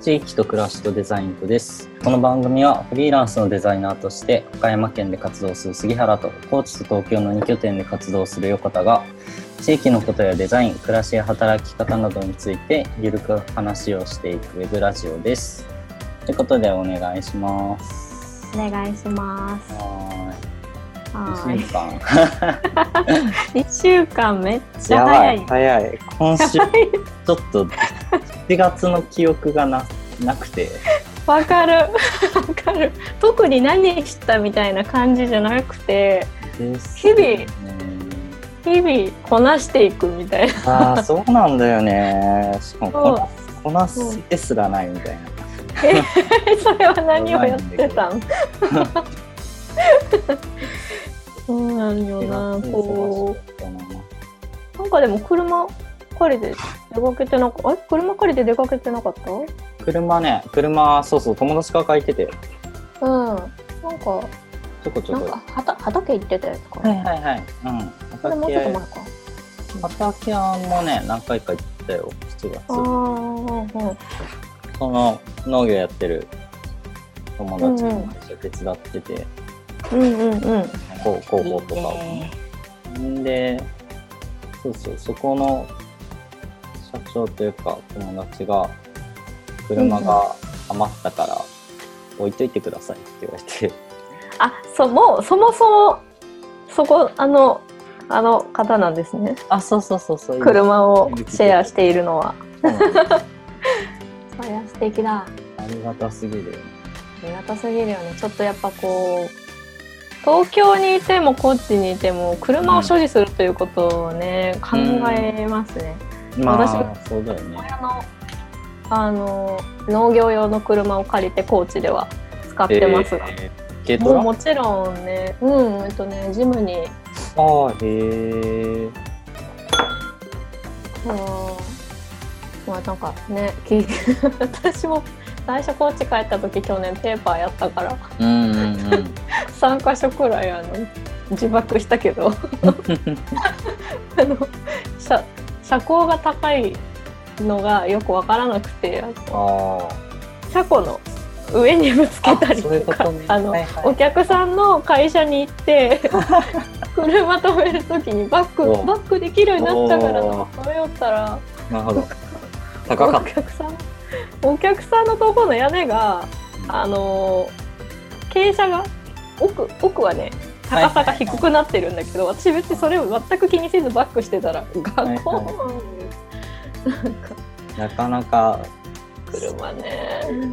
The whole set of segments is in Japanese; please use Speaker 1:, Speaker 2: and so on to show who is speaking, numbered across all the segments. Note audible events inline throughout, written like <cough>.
Speaker 1: 地域と暮らしとデザインとです。この番組はフリーランスのデザイナーとして岡山県で活動する杉原と高知と東京の2拠点で活動する横田が地域のことやデザイン、暮らしや働き方などについてゆるく話をしていくウェブラジオです。ということでお願いします。
Speaker 2: お願いします。
Speaker 1: は
Speaker 2: は
Speaker 1: ー
Speaker 2: ー
Speaker 1: い。
Speaker 2: い
Speaker 1: 2週。間。
Speaker 2: <laughs> 一週間めっち
Speaker 1: や
Speaker 2: ゃ
Speaker 1: ば
Speaker 2: 早い
Speaker 1: い。。早い。今週、ちょっと7月の記憶がななくて。
Speaker 2: わかる。 <laughs> わかる。特に何したみたいな感じじゃなくて、
Speaker 1: です
Speaker 2: 日々
Speaker 1: うん
Speaker 2: 日々こなしていくみたいな。
Speaker 1: あ
Speaker 2: <laughs>
Speaker 1: あそうなんだよねしかもこなこな
Speaker 2: そう
Speaker 1: すですらないみたいな
Speaker 2: それは何をやってたんそうなんよな。こう、なんかでも車借りて出かけてなかあれ車借りて出かけてなかった
Speaker 1: 車ね車そうそう友達が借りてて
Speaker 2: うん。なんか、
Speaker 1: ちょこちょ
Speaker 2: なん
Speaker 1: こ
Speaker 2: かはた畑行ってたやつか。
Speaker 1: はいはいはいうん
Speaker 2: それもうちょっと前
Speaker 1: 畑
Speaker 2: か。
Speaker 1: 畑屋もね何回か行ったよ7
Speaker 2: ああ、うんうん。
Speaker 1: 月その農業やってる友達の会社手伝ってて、
Speaker 2: うんうんうん。
Speaker 1: こう工房とかをんで、そうそう、そこの社長というか友達が、車が余ったから、置いといてくださいって言われて、
Speaker 2: あ、そう、もう、そもそも。そこ、あの、あの方なんですね。
Speaker 1: あ、そうそうそうそう、
Speaker 2: 車をシェアしているのは。
Speaker 1: 今そうなんです
Speaker 2: そりゃ素敵だ。あ
Speaker 1: ありがたすぎるよね。
Speaker 2: りがたすぎるよね。ちょっとやっぱこう。東京にいてもこっちにいても車を所持するということをね、考えますね。
Speaker 1: ま
Speaker 2: 私
Speaker 1: あ、そうだよね。
Speaker 2: 親のあの農業用の車を借りて高知では使ってますが、
Speaker 1: えー軽ト
Speaker 2: もう
Speaker 1: ラ
Speaker 2: もちろんね、うん、えっとねジムに
Speaker 1: あーへえ。
Speaker 2: うんまあなんかね聞いて <laughs> 私も最初高知帰った時去年ペーパーやったから <laughs>
Speaker 1: うんうんうん。
Speaker 2: 3か所くらいあの自爆した
Speaker 1: <laughs>
Speaker 2: けどあの車車高が高いのがよくわからなくて
Speaker 1: あ
Speaker 2: 車庫の上にぶつけたり
Speaker 1: あそういう
Speaker 2: と
Speaker 1: こ
Speaker 2: か
Speaker 1: とね
Speaker 2: あの、
Speaker 1: はいはい
Speaker 2: お客さんの会社に行って
Speaker 1: <laughs>
Speaker 2: 車止める時にバック
Speaker 1: おう
Speaker 2: バックできるようになったから
Speaker 1: おう
Speaker 2: 止めよったら。
Speaker 1: あ、なるほど。高かっ
Speaker 2: お客さんお客さんのところの屋根があのー傾斜が奥奥はね高さが低くなってるんだけど、私別にそれを全く気にせずバックしてたら学校、
Speaker 1: はいた。なかなか、
Speaker 2: 車ねそうなんで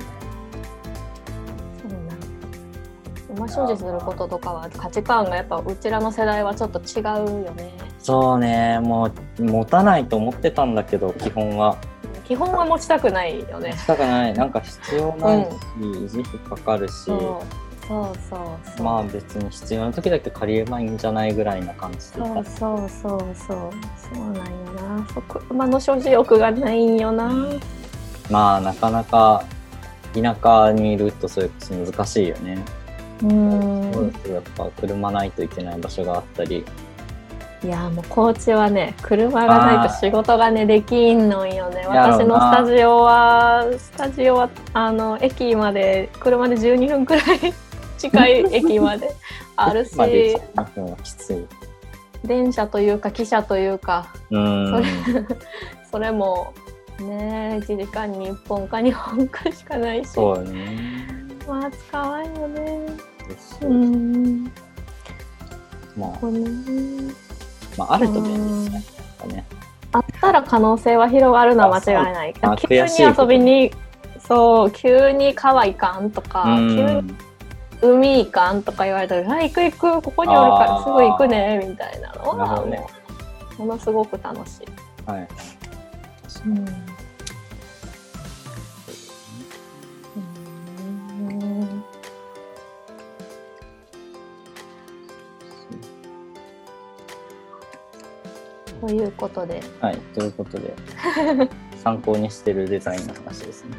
Speaker 2: す馬所持することとかは価値観がやっぱうちらの世代はちょっと違うよね
Speaker 1: そうね、もう、持たないと思ってたんだけど、基本は。
Speaker 2: 基本は持ちたくないよね
Speaker 1: したくないなんか必要ないし、維持費かかるし、
Speaker 2: そうそうそうそう
Speaker 1: まあ別に必要な時だけ借りればいいんじゃないぐらいな感じでい
Speaker 2: そう
Speaker 1: た
Speaker 2: そうそうそうそうなんよなそう車の所持欲がないんよな
Speaker 1: まあなかなか田舎にいるとそれこそ難しいよね、
Speaker 2: う
Speaker 1: そう
Speaker 2: ー
Speaker 1: ですやっぱ車ないといけない場所があったり
Speaker 2: んいやもう高知はね車がないと仕事がねできんのんよね私のスタジオはスタジオはあの駅まで車で12分くらい近い駅ま
Speaker 1: <laughs>
Speaker 2: であるし
Speaker 1: まで行きたくのはきつい
Speaker 2: 電車というか汽車というか
Speaker 1: うん
Speaker 2: それそれもね1時間に1本か2本かしかないし
Speaker 1: そうよね
Speaker 2: まあ使わんよね
Speaker 1: です
Speaker 2: うん
Speaker 1: まあ
Speaker 2: こうね
Speaker 1: まああると便利ですねなんかね
Speaker 2: あったら可能性は広がるのは間違いないけど
Speaker 1: あそう
Speaker 2: 急
Speaker 1: あ悔しい
Speaker 2: に遊びにそう急に川行かんとか、急に海行かんとか言われたら「あ行く行くここにおるか
Speaker 1: あー
Speaker 2: らすぐ行くね」みたいなの
Speaker 1: うんなるほ
Speaker 2: は
Speaker 1: どね
Speaker 2: ものすごく楽しい。
Speaker 1: はい
Speaker 2: うんということで
Speaker 1: はい、ということ
Speaker 2: <laughs>
Speaker 1: で参考にしてるデザインの話ですね。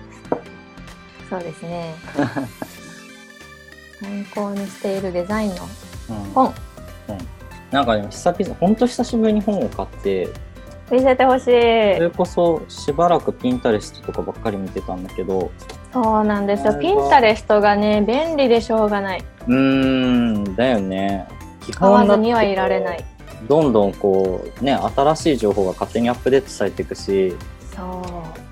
Speaker 2: そうですね。参考にしているデザインの
Speaker 1: うん
Speaker 2: 本。
Speaker 1: なんかでも久々、本当久しぶりに本を買って、
Speaker 2: う見せてほし
Speaker 1: それ
Speaker 2: い。
Speaker 1: こそしばらくピンタレストとかばっかり見てたんだけど
Speaker 2: そうなんですよ。
Speaker 1: なる
Speaker 2: ピ
Speaker 1: ほど
Speaker 2: ンタレストがね、便利でしょうがない。
Speaker 1: うーんだよね基
Speaker 2: 買
Speaker 1: 本
Speaker 2: わ
Speaker 1: だ
Speaker 2: ず
Speaker 1: って
Speaker 2: にはいられない。
Speaker 1: どんどんこうね新しい情報が勝手にアップデートされていくし
Speaker 2: そ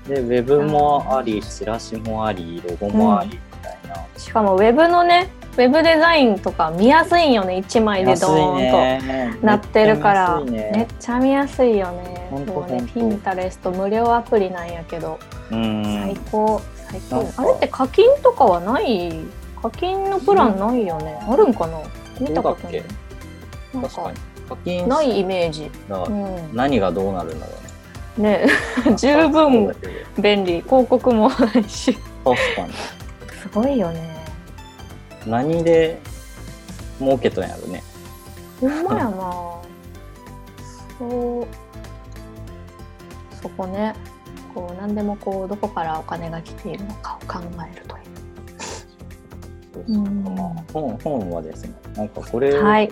Speaker 2: う。
Speaker 1: でウェブもありチラシもありロゴもありみたいな、
Speaker 2: しかもウェブのね、ウェブデザインとか見やすいんよね、1枚で
Speaker 1: 安
Speaker 2: ドーンと。
Speaker 1: ね
Speaker 2: なってるから
Speaker 1: めっちゃ安いね
Speaker 2: めっちゃ見やすいよね。
Speaker 1: ほんと
Speaker 2: もう
Speaker 1: ほ
Speaker 2: ね
Speaker 1: ん、と
Speaker 2: ピンタレスト無料アプリなんやけど、
Speaker 1: うん
Speaker 2: 最高、最
Speaker 1: な
Speaker 2: 高
Speaker 1: ん。か
Speaker 2: あれって課金とかはない課金のプランないよね。あるんかな見たことない
Speaker 1: どう。
Speaker 2: なん
Speaker 1: 確か
Speaker 2: か
Speaker 1: に課金した
Speaker 2: ないイメージ。
Speaker 1: ら
Speaker 2: うん、
Speaker 1: 何がどうなるんだろ
Speaker 2: ね <laughs>
Speaker 1: うね
Speaker 2: 十
Speaker 1: そうだ
Speaker 2: 分
Speaker 1: けど
Speaker 2: 便利広告もないし
Speaker 1: 確かに
Speaker 2: すごいよね
Speaker 1: 何で儲けとんやろね
Speaker 2: ほんまやなそうそこねこう何でもこうどこからお金が来ているのかを考えるといううん
Speaker 1: 本本はですねなんかこれ、
Speaker 2: はい。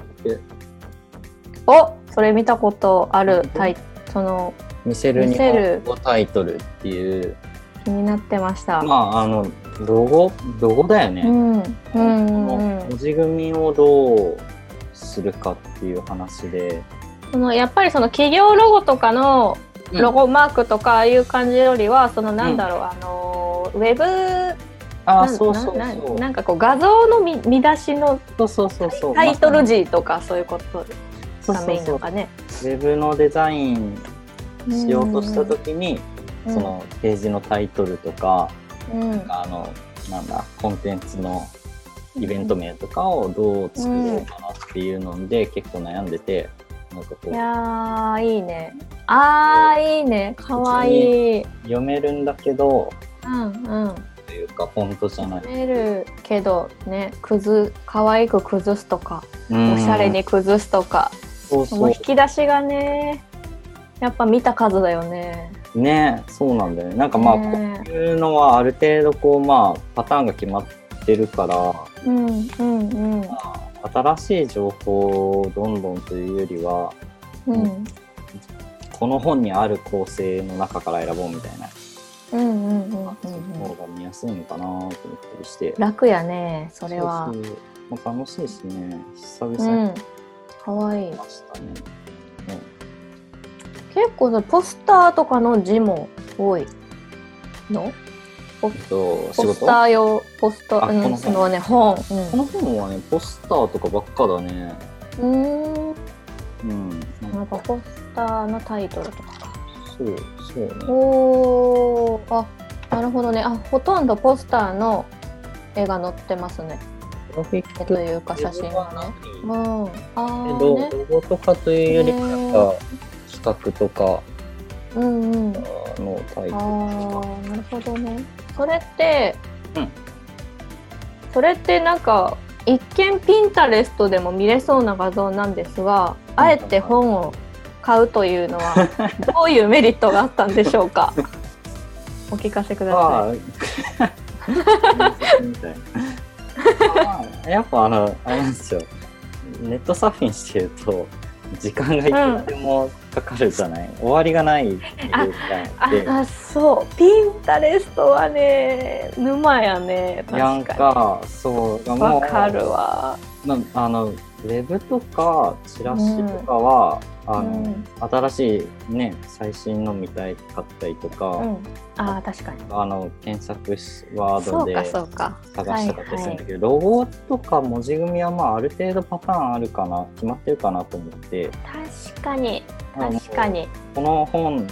Speaker 2: おそれ見たことあるタイその
Speaker 1: 見せる
Speaker 2: 見
Speaker 1: 日
Speaker 2: せる
Speaker 1: 本語タイトルっていう
Speaker 2: 気になってました。
Speaker 1: まああのロゴロゴだよね、
Speaker 2: うんうんう
Speaker 1: こ
Speaker 2: んう
Speaker 1: の
Speaker 2: ん
Speaker 1: 文字組みをどうするかっていう話で
Speaker 2: そのやっぱりその企業ロゴとかの
Speaker 1: うん
Speaker 2: ロゴマークとかああいう感じよりはそのなんだろう、あのウェブ
Speaker 1: あ
Speaker 2: な
Speaker 1: あ
Speaker 2: ん
Speaker 1: そうそうそう
Speaker 2: なななんかこう画像の見見出しの
Speaker 1: そうそうそうそう
Speaker 2: タイトル
Speaker 1: まさ
Speaker 2: 字とかそういうこと
Speaker 1: にそう
Speaker 2: がメイン
Speaker 1: そ
Speaker 2: と
Speaker 1: うそ
Speaker 2: かね。
Speaker 1: うウェブのデザインしようとした
Speaker 2: と
Speaker 1: 時に、そのページのタイトルとか、
Speaker 2: うん
Speaker 1: あのなんだコンテンツのイベント名とかをどう作ろうかなっていうので、結構悩んでてなんかこ
Speaker 2: いうやーいいね。あーいいね。かわいい。
Speaker 1: 読めるんだけど
Speaker 2: うんうん。
Speaker 1: というかフォントじゃない
Speaker 2: 見えるけどね崩可愛く崩すとかおしゃれ
Speaker 1: うん
Speaker 2: に崩すとか、
Speaker 1: そう
Speaker 2: その
Speaker 1: そ
Speaker 2: 引き出しがねやっぱ見た数だよね。
Speaker 1: うねそうなんだよねなんかまあ、
Speaker 2: ね
Speaker 1: こういうのはある程度こうまあパターンが決まってるから、
Speaker 2: うんうんうん
Speaker 1: まあ新しい情報をどんどんというよりは
Speaker 2: うん
Speaker 1: この本にある構成の中から選ぼうみたいな
Speaker 2: うんうんうんうんうん
Speaker 1: 方が見やすいのかなと思ったりして、
Speaker 2: 楽やねそれは。
Speaker 1: そうそうまあ楽しいしね久
Speaker 2: う
Speaker 1: 々に
Speaker 2: んかわいい
Speaker 1: 見ましたね、
Speaker 2: 結構さポスターとかの字も多いの
Speaker 1: えっと仕
Speaker 2: ポ
Speaker 1: 事
Speaker 2: スター用ポスタ
Speaker 1: あこ
Speaker 2: ー、
Speaker 1: の
Speaker 2: うん、
Speaker 1: 本
Speaker 2: そのね本、
Speaker 1: この本はねポスターとかばっかだね
Speaker 2: うん、うーん
Speaker 1: うん
Speaker 2: なんかポスターのタイトルとかか。
Speaker 1: そうそうね
Speaker 2: おーあなるほどねあほとんどポスターの絵が載ってますね
Speaker 1: グラフィック
Speaker 2: 絵というか写真がね。うん、あ
Speaker 1: え
Speaker 2: ー
Speaker 1: どう
Speaker 2: ね
Speaker 1: ロゴとかというよりか
Speaker 2: ね
Speaker 1: やっぱ企画とか
Speaker 2: うんう
Speaker 1: の
Speaker 2: ん、あ
Speaker 1: タイプ
Speaker 2: あ
Speaker 1: とか
Speaker 2: ーなるほどねそれって、
Speaker 1: うん
Speaker 2: それってなんか一見ピンタレストでも見れそうな画像なんですがあえて本を買うというのは
Speaker 1: <laughs>
Speaker 2: どういうメリットがあったんでしょうかお聞かせください。
Speaker 1: ああみたいなあーやっぱあのあれなんですよネットサーフィンしてると時間がいくらでもかかるじゃない、終わりがないっていうかで
Speaker 2: ああそうピンタレストはね沼やね
Speaker 1: やん
Speaker 2: 確か
Speaker 1: かそう
Speaker 2: に
Speaker 1: も
Speaker 2: わ
Speaker 1: う
Speaker 2: かるわ
Speaker 1: なあのウェブとかチラシとかは、あの
Speaker 2: うん
Speaker 1: 新しいね最新の見たいかったりとか、
Speaker 2: うんあー確かに
Speaker 1: あの検索しワー
Speaker 2: そ
Speaker 1: ド
Speaker 2: う
Speaker 1: で
Speaker 2: かそうか
Speaker 1: 探したかったりするんだけど、ロゴとか文字組みはまあある程度パターンあるかな決まってるかなと思って
Speaker 2: 確かに確かに
Speaker 1: あのこの本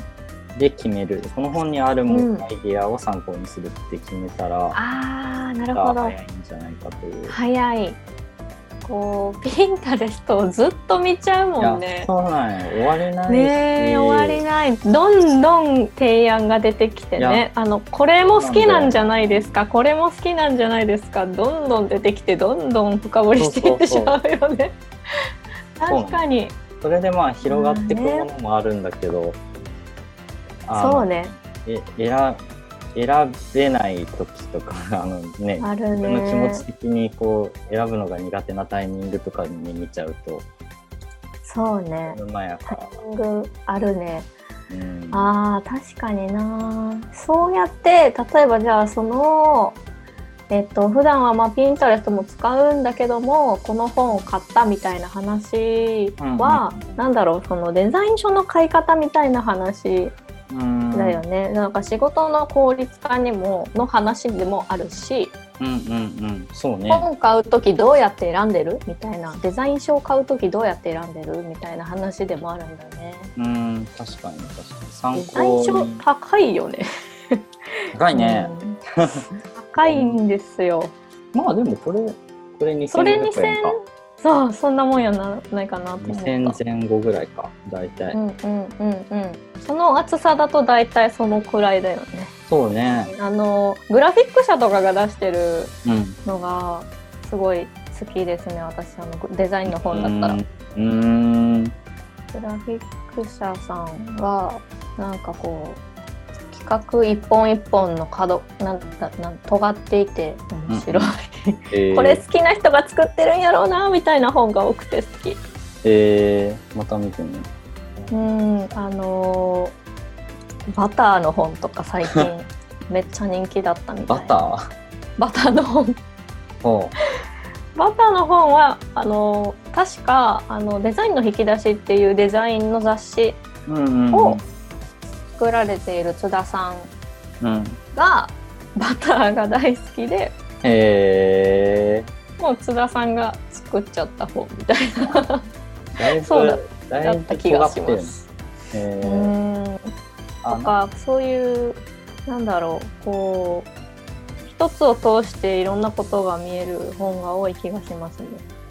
Speaker 1: で決めるこの本にある
Speaker 2: う
Speaker 1: も
Speaker 2: ん
Speaker 1: アイディアを参考にするって決めたら、
Speaker 2: ああなる
Speaker 1: また
Speaker 2: ほど
Speaker 1: 早いんじゃないかという。
Speaker 2: 早いこうピンタレストをずっと見ちゃうもん
Speaker 1: いや
Speaker 2: ね
Speaker 1: そうなんよ終われないし、
Speaker 2: ねえ終わりないどんどん提案が出てきて
Speaker 1: いや
Speaker 2: ねあのこれも好きなんじゃないですかこれも好きなんじゃないですかどんどん出てきてどんどん深掘りしていって
Speaker 1: そ
Speaker 2: し
Speaker 1: う <laughs> そ
Speaker 2: まうよね
Speaker 1: そう
Speaker 2: 確かに
Speaker 1: それでまあ広がっていくものもあるんだけど、あの
Speaker 2: そうね
Speaker 1: え選選べない時とかあのね
Speaker 2: ある
Speaker 1: 自分の気
Speaker 2: ね
Speaker 1: 持ち的にこう選ぶのが苦手なタイミングとかに見ちゃうと
Speaker 2: そうね
Speaker 1: うまや
Speaker 2: タ
Speaker 1: か
Speaker 2: イミングあるね
Speaker 1: うん
Speaker 2: あー確かになそうやって例えばじゃあそのえっと普段はまあピンタレストも使うんだけどもこの本を買ったみたいな話は、
Speaker 1: うんうんうん
Speaker 2: なんだろうそのデザイン書の買い方みたいな話
Speaker 1: うん
Speaker 2: だよね、なんか仕事の効率化にもの話でもあるし、
Speaker 1: うんうんうんそうね
Speaker 2: 本買う時どうやって選んでるみたいなデザイン書を買う時どうやって選んでるみたいな話でもあるんだよね。
Speaker 1: うん確かに確かに参
Speaker 2: デザイン
Speaker 1: 考
Speaker 2: 書
Speaker 1: に
Speaker 2: 高いよね。
Speaker 1: 高いね、
Speaker 2: うん高いんですよ。
Speaker 1: まあでもこれこれ
Speaker 2: それ
Speaker 1: 2500
Speaker 2: 2000
Speaker 1: 円か
Speaker 2: そうそんなもんやなないかなと思った。
Speaker 1: 2000前後ぐらいか大体、
Speaker 2: うんうんうんうん。その厚さだと大体そのくらいだよね。
Speaker 1: そうね
Speaker 2: あのグラフィック社とかが出してる
Speaker 1: うん
Speaker 2: のがすごい好きですね私あのデザインの本だったら。
Speaker 1: うーんう
Speaker 2: グラフィック社さんはなんかこう企画一本一本の角なんだなん尖っていて面白い、
Speaker 1: ーん
Speaker 2: これ好きな人が作ってるんやろうなみたいな本が多くて好き。
Speaker 1: えー、また見てみよう
Speaker 2: うんあのーバターの本とか最近
Speaker 1: <laughs>
Speaker 2: めっちゃ人気だったみたい
Speaker 1: バター
Speaker 2: バターの本
Speaker 1: ほ
Speaker 2: バターの本はあの確かあの「デザインの引き出し」っていうデザインの雑誌
Speaker 1: ううんうんうん
Speaker 2: を作られている津田さん
Speaker 1: うん
Speaker 2: がバターが大好きで
Speaker 1: へえ
Speaker 2: もう津田さんが作っちゃった本みたいな
Speaker 1: ー、だいぶ
Speaker 2: そうだだ
Speaker 1: だい
Speaker 2: った
Speaker 1: ぶ
Speaker 2: 気がし
Speaker 1: 尖ってる
Speaker 2: ます。
Speaker 1: ね。
Speaker 2: う
Speaker 1: えー
Speaker 2: ん
Speaker 1: あ
Speaker 2: と
Speaker 1: な
Speaker 2: かそういうなんだろうこう一つを通していろんなことが見える本が多い気がしますね。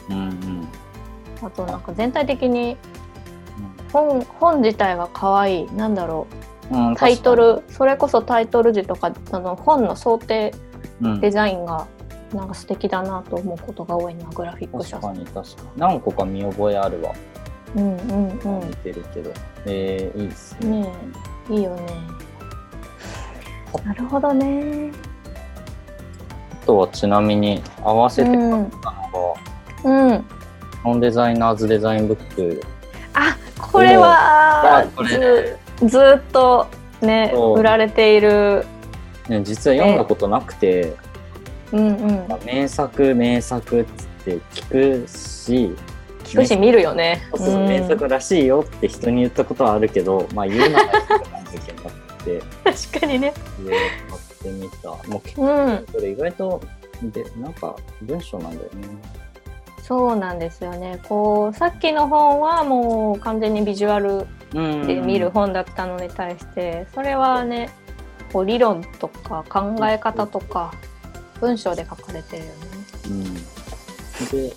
Speaker 1: うんうん
Speaker 2: あとなんか全体的に本本自体が可愛いなんだろ
Speaker 1: うん、うん
Speaker 2: うタイト、ルそれこそタイトル字とかあの本の想定
Speaker 1: 確かに
Speaker 2: デザインがなんか素敵だなと思うことが多いなグラフィッ
Speaker 1: うん、
Speaker 2: ク社
Speaker 1: 確か
Speaker 2: さん。
Speaker 1: に確かに何個か見覚えあるわ、
Speaker 2: うんうんうん
Speaker 1: 見てるけどえー、いいっすね
Speaker 2: ねえいいよね。なるほどね。
Speaker 1: あとはちなみに合わせて買ったのが、
Speaker 2: うん。うん
Speaker 1: ノンデザイナーズデザインブック
Speaker 2: あこれ
Speaker 1: お
Speaker 2: は
Speaker 1: ーあこれ
Speaker 2: ずずーっとね
Speaker 1: そう
Speaker 2: 売られている、
Speaker 1: ね、実は読んだことなくて、
Speaker 2: うんうん、
Speaker 1: 名作名作っつって聞くし
Speaker 2: 聞くし見るよね。
Speaker 1: そうそう
Speaker 2: うん
Speaker 1: 名作らしいよって人に言ったことはあるけど、まあ言うなら言うなって
Speaker 2: <laughs>
Speaker 1: なってで
Speaker 2: 確かにね。
Speaker 1: 買ってみたもう結構
Speaker 2: うん、
Speaker 1: これ意外とでなんか文章なんだよね
Speaker 2: そうなんですよね。こうさっきの本はもう完全にビジュアル
Speaker 1: うん
Speaker 2: で見る本だったのに対して、それはね、こう理論とか考え方とか文章で書かれてるよね。
Speaker 1: うんで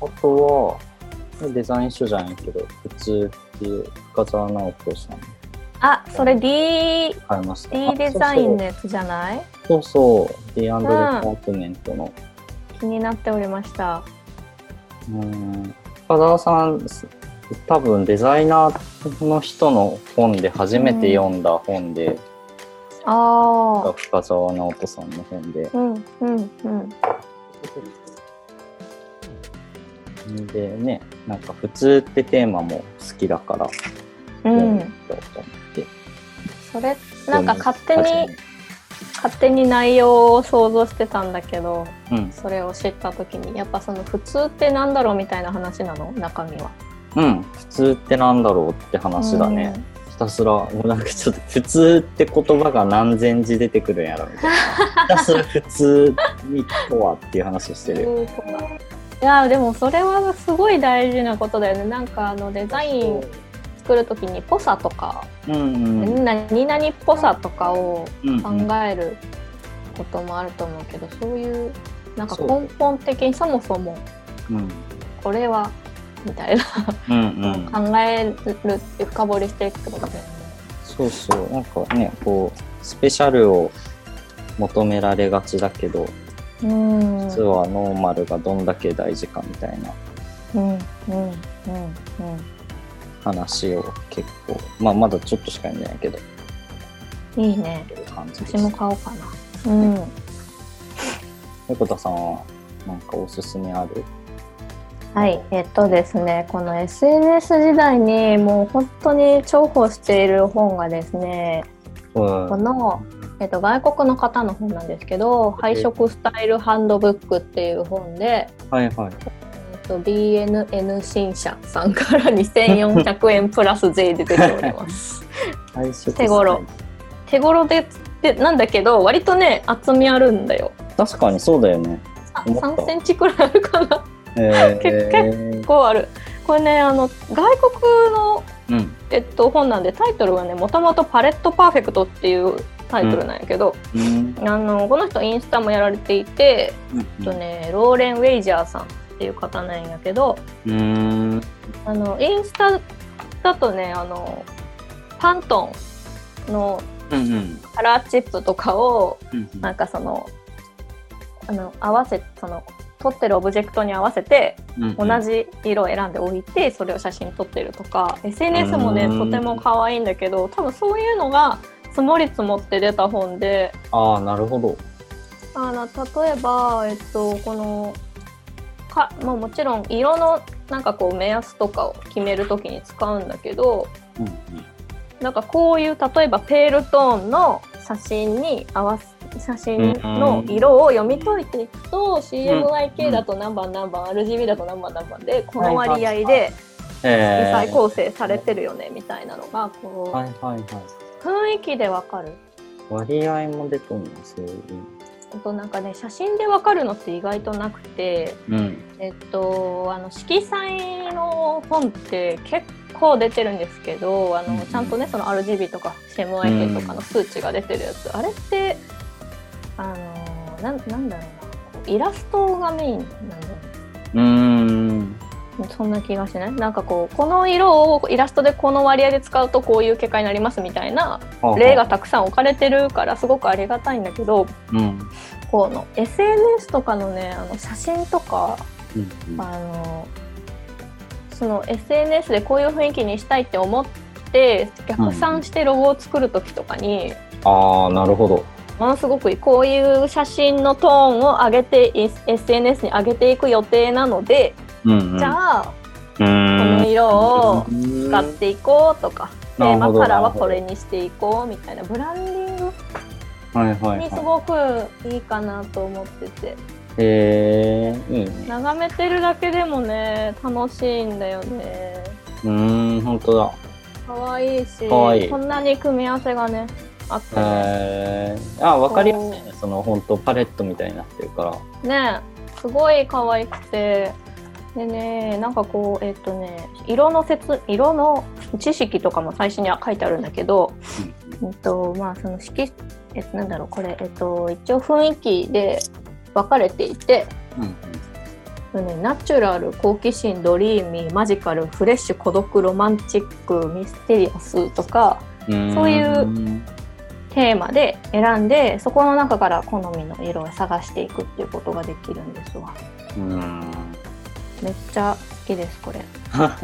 Speaker 1: あとはデザイン書じゃないけど普通っていう深澤直子さん
Speaker 2: あ、それ D
Speaker 1: 買いました
Speaker 2: D デザインのやつじゃない？
Speaker 1: あそうそうそうそう D& デパートメントの
Speaker 2: 気になっておりました。
Speaker 1: うん深澤さん多分デザイナーの人の本で初めて読んだ本で、
Speaker 2: ああ。
Speaker 1: 深澤直子さんの本で
Speaker 2: うんうんうん。
Speaker 1: でねなんか「普通」ってテーマも好きだから読み
Speaker 2: う
Speaker 1: よ
Speaker 2: ん、
Speaker 1: うと思って、
Speaker 2: それなんか勝手
Speaker 1: 読
Speaker 2: に
Speaker 1: み始
Speaker 2: 勝手に内容を想像してたんだけど
Speaker 1: めうん
Speaker 2: それを知った時にやっぱその普通ってなんだろうみたいな話なの中身は
Speaker 1: うん、普通ってなんだろうって話だね、ひたすらもうなんかちょっと普通って言葉が何千字出てくるんやろみたい
Speaker 2: <laughs>
Speaker 1: なひたすら普通にとはっていう話をして
Speaker 2: うん
Speaker 1: るよ
Speaker 2: いやでもそれはすごい大事なことだよねなんかあのデザイン作る時にぽさとか、
Speaker 1: うんうんうん
Speaker 2: 何々っぽさとかを
Speaker 1: うん
Speaker 2: 考えることもあると思うけどそういうなんか
Speaker 1: そう
Speaker 2: 根本的にそもそも
Speaker 1: うん
Speaker 2: これはみたいな
Speaker 1: うんうん
Speaker 2: 考えるって深掘りしていくってことだよね。
Speaker 1: そうそうなんかねこうスペシャルを求められがちだけど
Speaker 2: うん
Speaker 1: 実はノーマルがどんだけ大事かみたいな
Speaker 2: うんうんうん
Speaker 1: 話を結構まあまだちょっとしか読んでないけど
Speaker 2: うん。いいね。
Speaker 1: という感じです
Speaker 2: 私も買おうかな。うん。
Speaker 1: 猫田さんはなんかおすすめある
Speaker 2: はい、えっとですね、この SNS 時代にもう本当に重宝している本がですね、こ
Speaker 1: は
Speaker 2: の、えっと、外国の方の本なんですけど、配色スタイルハンドブックっていう本で、
Speaker 1: いはい。
Speaker 2: えっと、BNN 新社さんから2400円プラス税で出ており
Speaker 1: <laughs>
Speaker 2: ます。
Speaker 1: 配色
Speaker 2: 手頃手頃ででなんだけど、割とね、厚みあるんだよ。
Speaker 1: 確かにそうだよね。
Speaker 2: あ
Speaker 1: 思った
Speaker 2: 3センチくらいあるかな。
Speaker 1: え
Speaker 2: 結構ある。これね、あの、外国の
Speaker 1: うん。
Speaker 2: えっと、本なんでタイトルはねもともと「パレットパーフェクト」っていうタイトルなんやけど、
Speaker 1: うん。
Speaker 2: あのこの人インスタもやられていて、えっと
Speaker 1: う
Speaker 2: ね、ローレン・ウェイジャーさんっていう方なんやけど
Speaker 1: ん。うん
Speaker 2: あのインスタだとねあのパントンの
Speaker 1: うん。
Speaker 2: カラーチップとかを
Speaker 1: うん
Speaker 2: なんかそのあの合わせその撮ってるオブジェクトに合わせて
Speaker 1: うん
Speaker 2: 同じ色を選んで置いてそれを写真撮ってるとか SNS もね
Speaker 1: うん
Speaker 2: とても可愛いんだけど多分そういうのが積もり積もって出た本で
Speaker 1: ああ、なるほど。
Speaker 2: あの例えば、えっと、このか、まあ、もちろん色のなんかこう目安とかを決める時に使うんだけど
Speaker 1: うんうん。
Speaker 2: なんかこういう例えばペールトーンの写真に合わせ写真の色を読み解いていくと、CMYK だと何番何番 RGB だと何番何番でこの割合で
Speaker 1: ええ。
Speaker 2: 二歳構成されてるよねみたいなのがこ
Speaker 1: はいはいはい。
Speaker 2: う雰囲気でわかる
Speaker 1: 割合も出とんの、そういう。
Speaker 2: あとなんかね写真でわかるのって意外となくて
Speaker 1: うん。
Speaker 2: えっとあの色彩の本って結構出てるんですけどあ
Speaker 1: う
Speaker 2: の
Speaker 1: ん
Speaker 2: ちゃんとねその RGB とか CMYK とかの数値が出てるやつ、あれってあのなんなんだろうなこうイラストがメインなんだよね
Speaker 1: うん。
Speaker 2: そんな気がしないなんかこうこの色をイラストでこの割合で使うとこういう結果になりますみたいな例が。たくさん置かれてるからすごくありがたいんだけど
Speaker 1: うん。
Speaker 2: この SNS とかのねあの写真とか
Speaker 1: うんうん。
Speaker 2: あのその SNS でこういう雰囲気にしたいって思って逆算してロゴを作る時とかに、
Speaker 1: ああ、なるほど。
Speaker 2: ものすごくこういう写真のトーンを上げて SNS に上げていく予定なので、
Speaker 1: うんうん。
Speaker 2: じゃあ
Speaker 1: う
Speaker 2: こ
Speaker 1: ん。
Speaker 2: の色を
Speaker 1: 使
Speaker 2: 使っていこうとか、テー
Speaker 1: なる
Speaker 2: マ
Speaker 1: ほど
Speaker 2: カラーはこれにしていこうみたいなブランディング
Speaker 1: はいはい、
Speaker 2: にす
Speaker 1: は
Speaker 2: ごくいいかなと思ってて
Speaker 1: い。へえー、いいね。
Speaker 2: 眺めてるだけでもね楽しいんだよね
Speaker 1: うーん、本当だ。
Speaker 2: 可愛いし
Speaker 1: 可愛い
Speaker 2: こんなに組み合わせがねあってね,、
Speaker 1: えー、あ、わかりやすいね。その本当パレットみたいになってるから。
Speaker 2: ねすごい可愛くてでねなんかこうえっとね色の説色の知識とかも最初には書いてあるんだけど、うんとまあ、その色えっとなんだろうこれ、えっと、一応雰囲気で分かれていて、
Speaker 1: うんうん。
Speaker 2: ね、ナチュラル好奇心ドリーミーマジカルフレッシュ孤独ロマンチックミステリアスとか
Speaker 1: ーん
Speaker 2: そういう。テーマで選んでそこの中から好みの色を探していくっていうことができるんですわ
Speaker 1: うーん。
Speaker 2: めっちゃ好きですこれめっ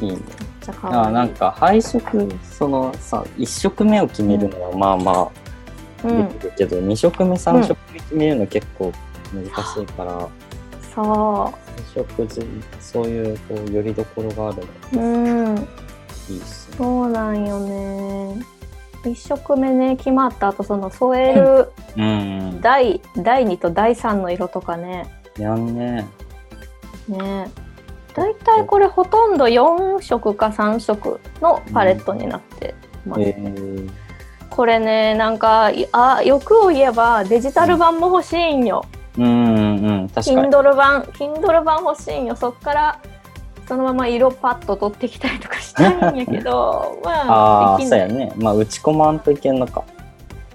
Speaker 1: いいね。
Speaker 2: ちゃ可愛い
Speaker 1: あ、なんか配色、そのさ、一色目を決めるのはまあま
Speaker 2: う
Speaker 1: あ
Speaker 2: ん
Speaker 1: できるけど、二、色目、三色目決めるの結構難しいから、
Speaker 2: そ
Speaker 1: 三色ずそういうこうよりどころがあるの
Speaker 2: うう
Speaker 1: いい
Speaker 2: ん
Speaker 1: っすね。
Speaker 2: そうなんよね一色目ね決まった後その添
Speaker 1: <laughs>
Speaker 2: える
Speaker 1: うん。
Speaker 2: 第第2と第3の色とかね
Speaker 1: やんね。
Speaker 2: ねだいたいこれほとんど4色か3色のパレットになってます、
Speaker 1: えー、
Speaker 2: これねなんかいあ欲を言えばデジタル版も欲しいんよ
Speaker 1: うんうんうん、確かに。
Speaker 2: Kindle 版 Kindle 版欲しいんよそっからそのまま色パッと取ってきたりとかしたいんやけ
Speaker 1: <laughs>
Speaker 2: どま
Speaker 1: あ
Speaker 2: あ
Speaker 1: あ、
Speaker 2: でき
Speaker 1: そう
Speaker 2: な
Speaker 1: や
Speaker 2: い
Speaker 1: ね。まあ、打ち込まんといけんのか。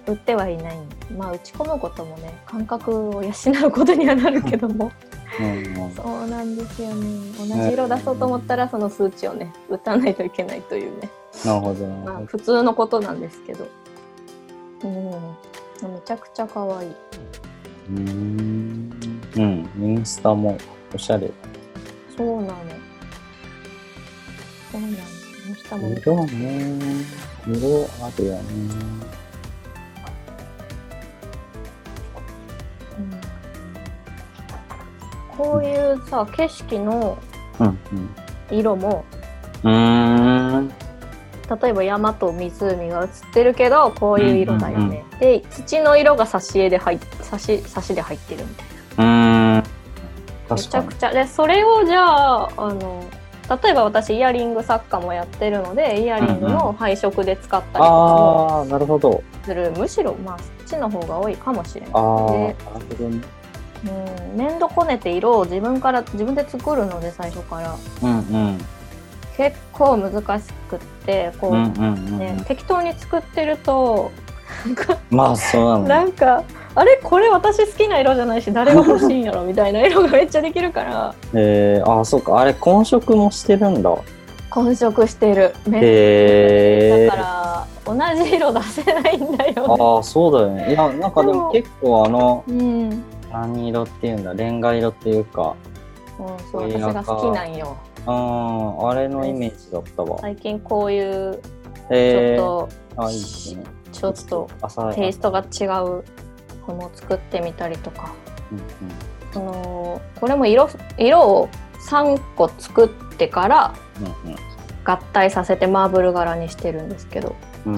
Speaker 2: 売ってはいないまあ打ち込むこともね感覚を養うことにはなるけど
Speaker 1: <laughs>
Speaker 2: も
Speaker 1: うんうん、
Speaker 2: そうなんですよね同じ色出そうと思ったらその数値をね打たないといけないというね
Speaker 1: なるほど。
Speaker 2: まあ普通のことなんですけどうんめちゃくちゃ可愛いう
Speaker 1: ーん。うん、インスタもおしゃれ。
Speaker 2: そうなの。そうなの。下も見て
Speaker 1: 色ね。色あるよね。
Speaker 2: うんこういうさ景色の
Speaker 1: うん
Speaker 2: 色も
Speaker 1: うん。うーん。
Speaker 2: 例えば山と湖が映ってるけどこういう色だよね、で土の色が挿絵で入っ挿し挿しで入ってるみたい
Speaker 1: うーん。
Speaker 2: なめ
Speaker 1: 確
Speaker 2: ち
Speaker 1: か
Speaker 2: ゃ
Speaker 1: に
Speaker 2: く。ちゃでそれをじゃああの例えば私イヤリング作家もやってるのでイヤリングの配色で使ったりとかも
Speaker 1: ああ、なるほど。
Speaker 2: するむしろまあそっちの方が多いかもしれない
Speaker 1: ああ、
Speaker 2: ね
Speaker 1: なるほどね。
Speaker 2: うん、粘土こねて色を自分から自分で作るので最初から
Speaker 1: うんうん。
Speaker 2: 結構難しくってこう、
Speaker 1: うんうんうんう
Speaker 2: ね
Speaker 1: ん。
Speaker 2: 適当に作ってると
Speaker 1: まあ、そうな
Speaker 2: なんんかあれこれ私好きな色じゃないし誰が欲しいんやろみたいな色がめっちゃできるから
Speaker 1: だ。ええー、ああ、そうか。あれ、混色もしてるんだ。
Speaker 2: 混色してるめっ
Speaker 1: へえ
Speaker 2: だから同じ色出せないんだよね
Speaker 1: ああ、そうだよね。いや、なんかでも
Speaker 2: で
Speaker 1: 結構あの、
Speaker 2: うん、うん、
Speaker 1: 何色っていうんだ、レンガ色っていうか、
Speaker 2: そう私が好きなんよ
Speaker 1: うん、あれのイメージだったわ。
Speaker 2: 最近こういうち
Speaker 1: ええー、
Speaker 2: ょっ
Speaker 1: あ、いいですね。
Speaker 2: とちょっと
Speaker 1: 浅い
Speaker 2: テイストが違うものを作ってみたりとか
Speaker 1: うんうん
Speaker 2: そのこれも色色を3個作ってから合体させてマーブル柄にしてるんですけど
Speaker 1: うん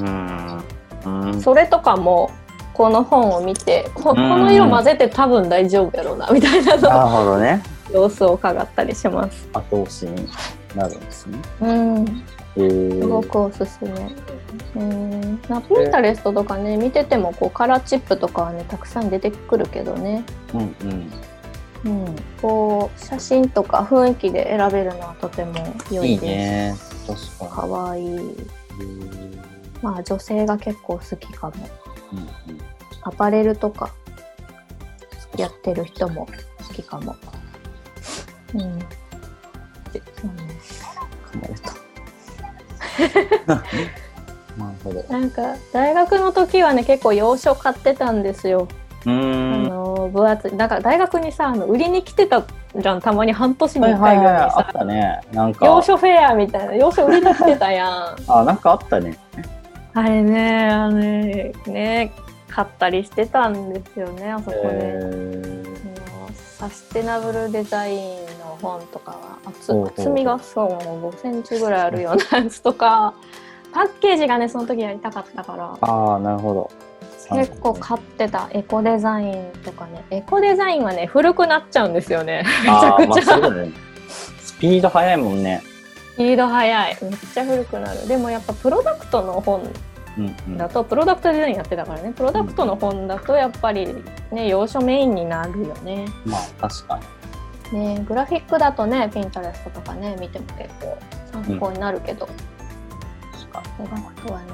Speaker 1: うん。うん。
Speaker 2: それとかもこの本を見てここの
Speaker 1: う
Speaker 2: 色
Speaker 1: ん
Speaker 2: 混ぜて多分大丈夫やろうなみたいなの
Speaker 1: なるほどね。
Speaker 2: 様子を伺ったりします。
Speaker 1: 後押しになるんですね。
Speaker 2: うん、
Speaker 1: えー、
Speaker 2: すごくおすすめ。うん、まあ、ピンタレストとかね見ててもこうカラーチップとかはねたくさん出てくるけどね、
Speaker 1: うんうん。
Speaker 2: うん、こう写真とか雰囲気で選べるのはとても良
Speaker 1: い
Speaker 2: い
Speaker 1: い
Speaker 2: です。
Speaker 1: ね。確か
Speaker 2: かわいい。 <laughs>
Speaker 1: に。うん
Speaker 2: まあ女性が結構好きかも。
Speaker 1: うん
Speaker 2: アパレルとかやってる人も好きかも。うん。そうね
Speaker 1: 噛まれた。 <laughs> なるほど。う
Speaker 2: なんか大学の時はね結構洋書買ってたんですよ。
Speaker 1: ー
Speaker 2: あ
Speaker 1: ん。
Speaker 2: の分厚い。なんか大学にさあの売りに来てたじゃんたまに半年に
Speaker 1: はい
Speaker 2: 1
Speaker 1: は
Speaker 2: 回
Speaker 1: い
Speaker 2: ぐ
Speaker 1: はい。
Speaker 2: らい
Speaker 1: あ
Speaker 2: さ
Speaker 1: ったね。なん
Speaker 2: 洋
Speaker 1: か。
Speaker 2: 書フェアみたいな洋書売りに来てたやん。
Speaker 1: あ、なんかあったね。
Speaker 2: あれねあのねね買ったりしてたんですよねあそこで。
Speaker 1: えー
Speaker 2: サステナブルデザインの本とかは厚
Speaker 1: ほうほう
Speaker 2: 厚みがそうもう5センチぐらいあるようなやつと <laughs> かパッケージがねその時やりたかったから
Speaker 1: ああ、なるほど。
Speaker 2: 結構買ってたエコデザインとかねエコデザインはね古くなっちゃうんですよねめちゃ
Speaker 1: あー
Speaker 2: く
Speaker 1: まあ
Speaker 2: ち
Speaker 1: そ
Speaker 2: ゃ
Speaker 1: うだね。スピード速いもんね。
Speaker 2: スピード速いめっちゃ古くなるでもやっぱプロダクトの本
Speaker 1: うんうん。
Speaker 2: だとプロダクトデザインやってたからねプロダクトの本だとやっぱりね要所メインになるよね
Speaker 1: まあ確かに。
Speaker 2: ねグラフィックだとねピンタレストとかね見ても結構参考になるけど、
Speaker 1: 確かに
Speaker 2: 語学はね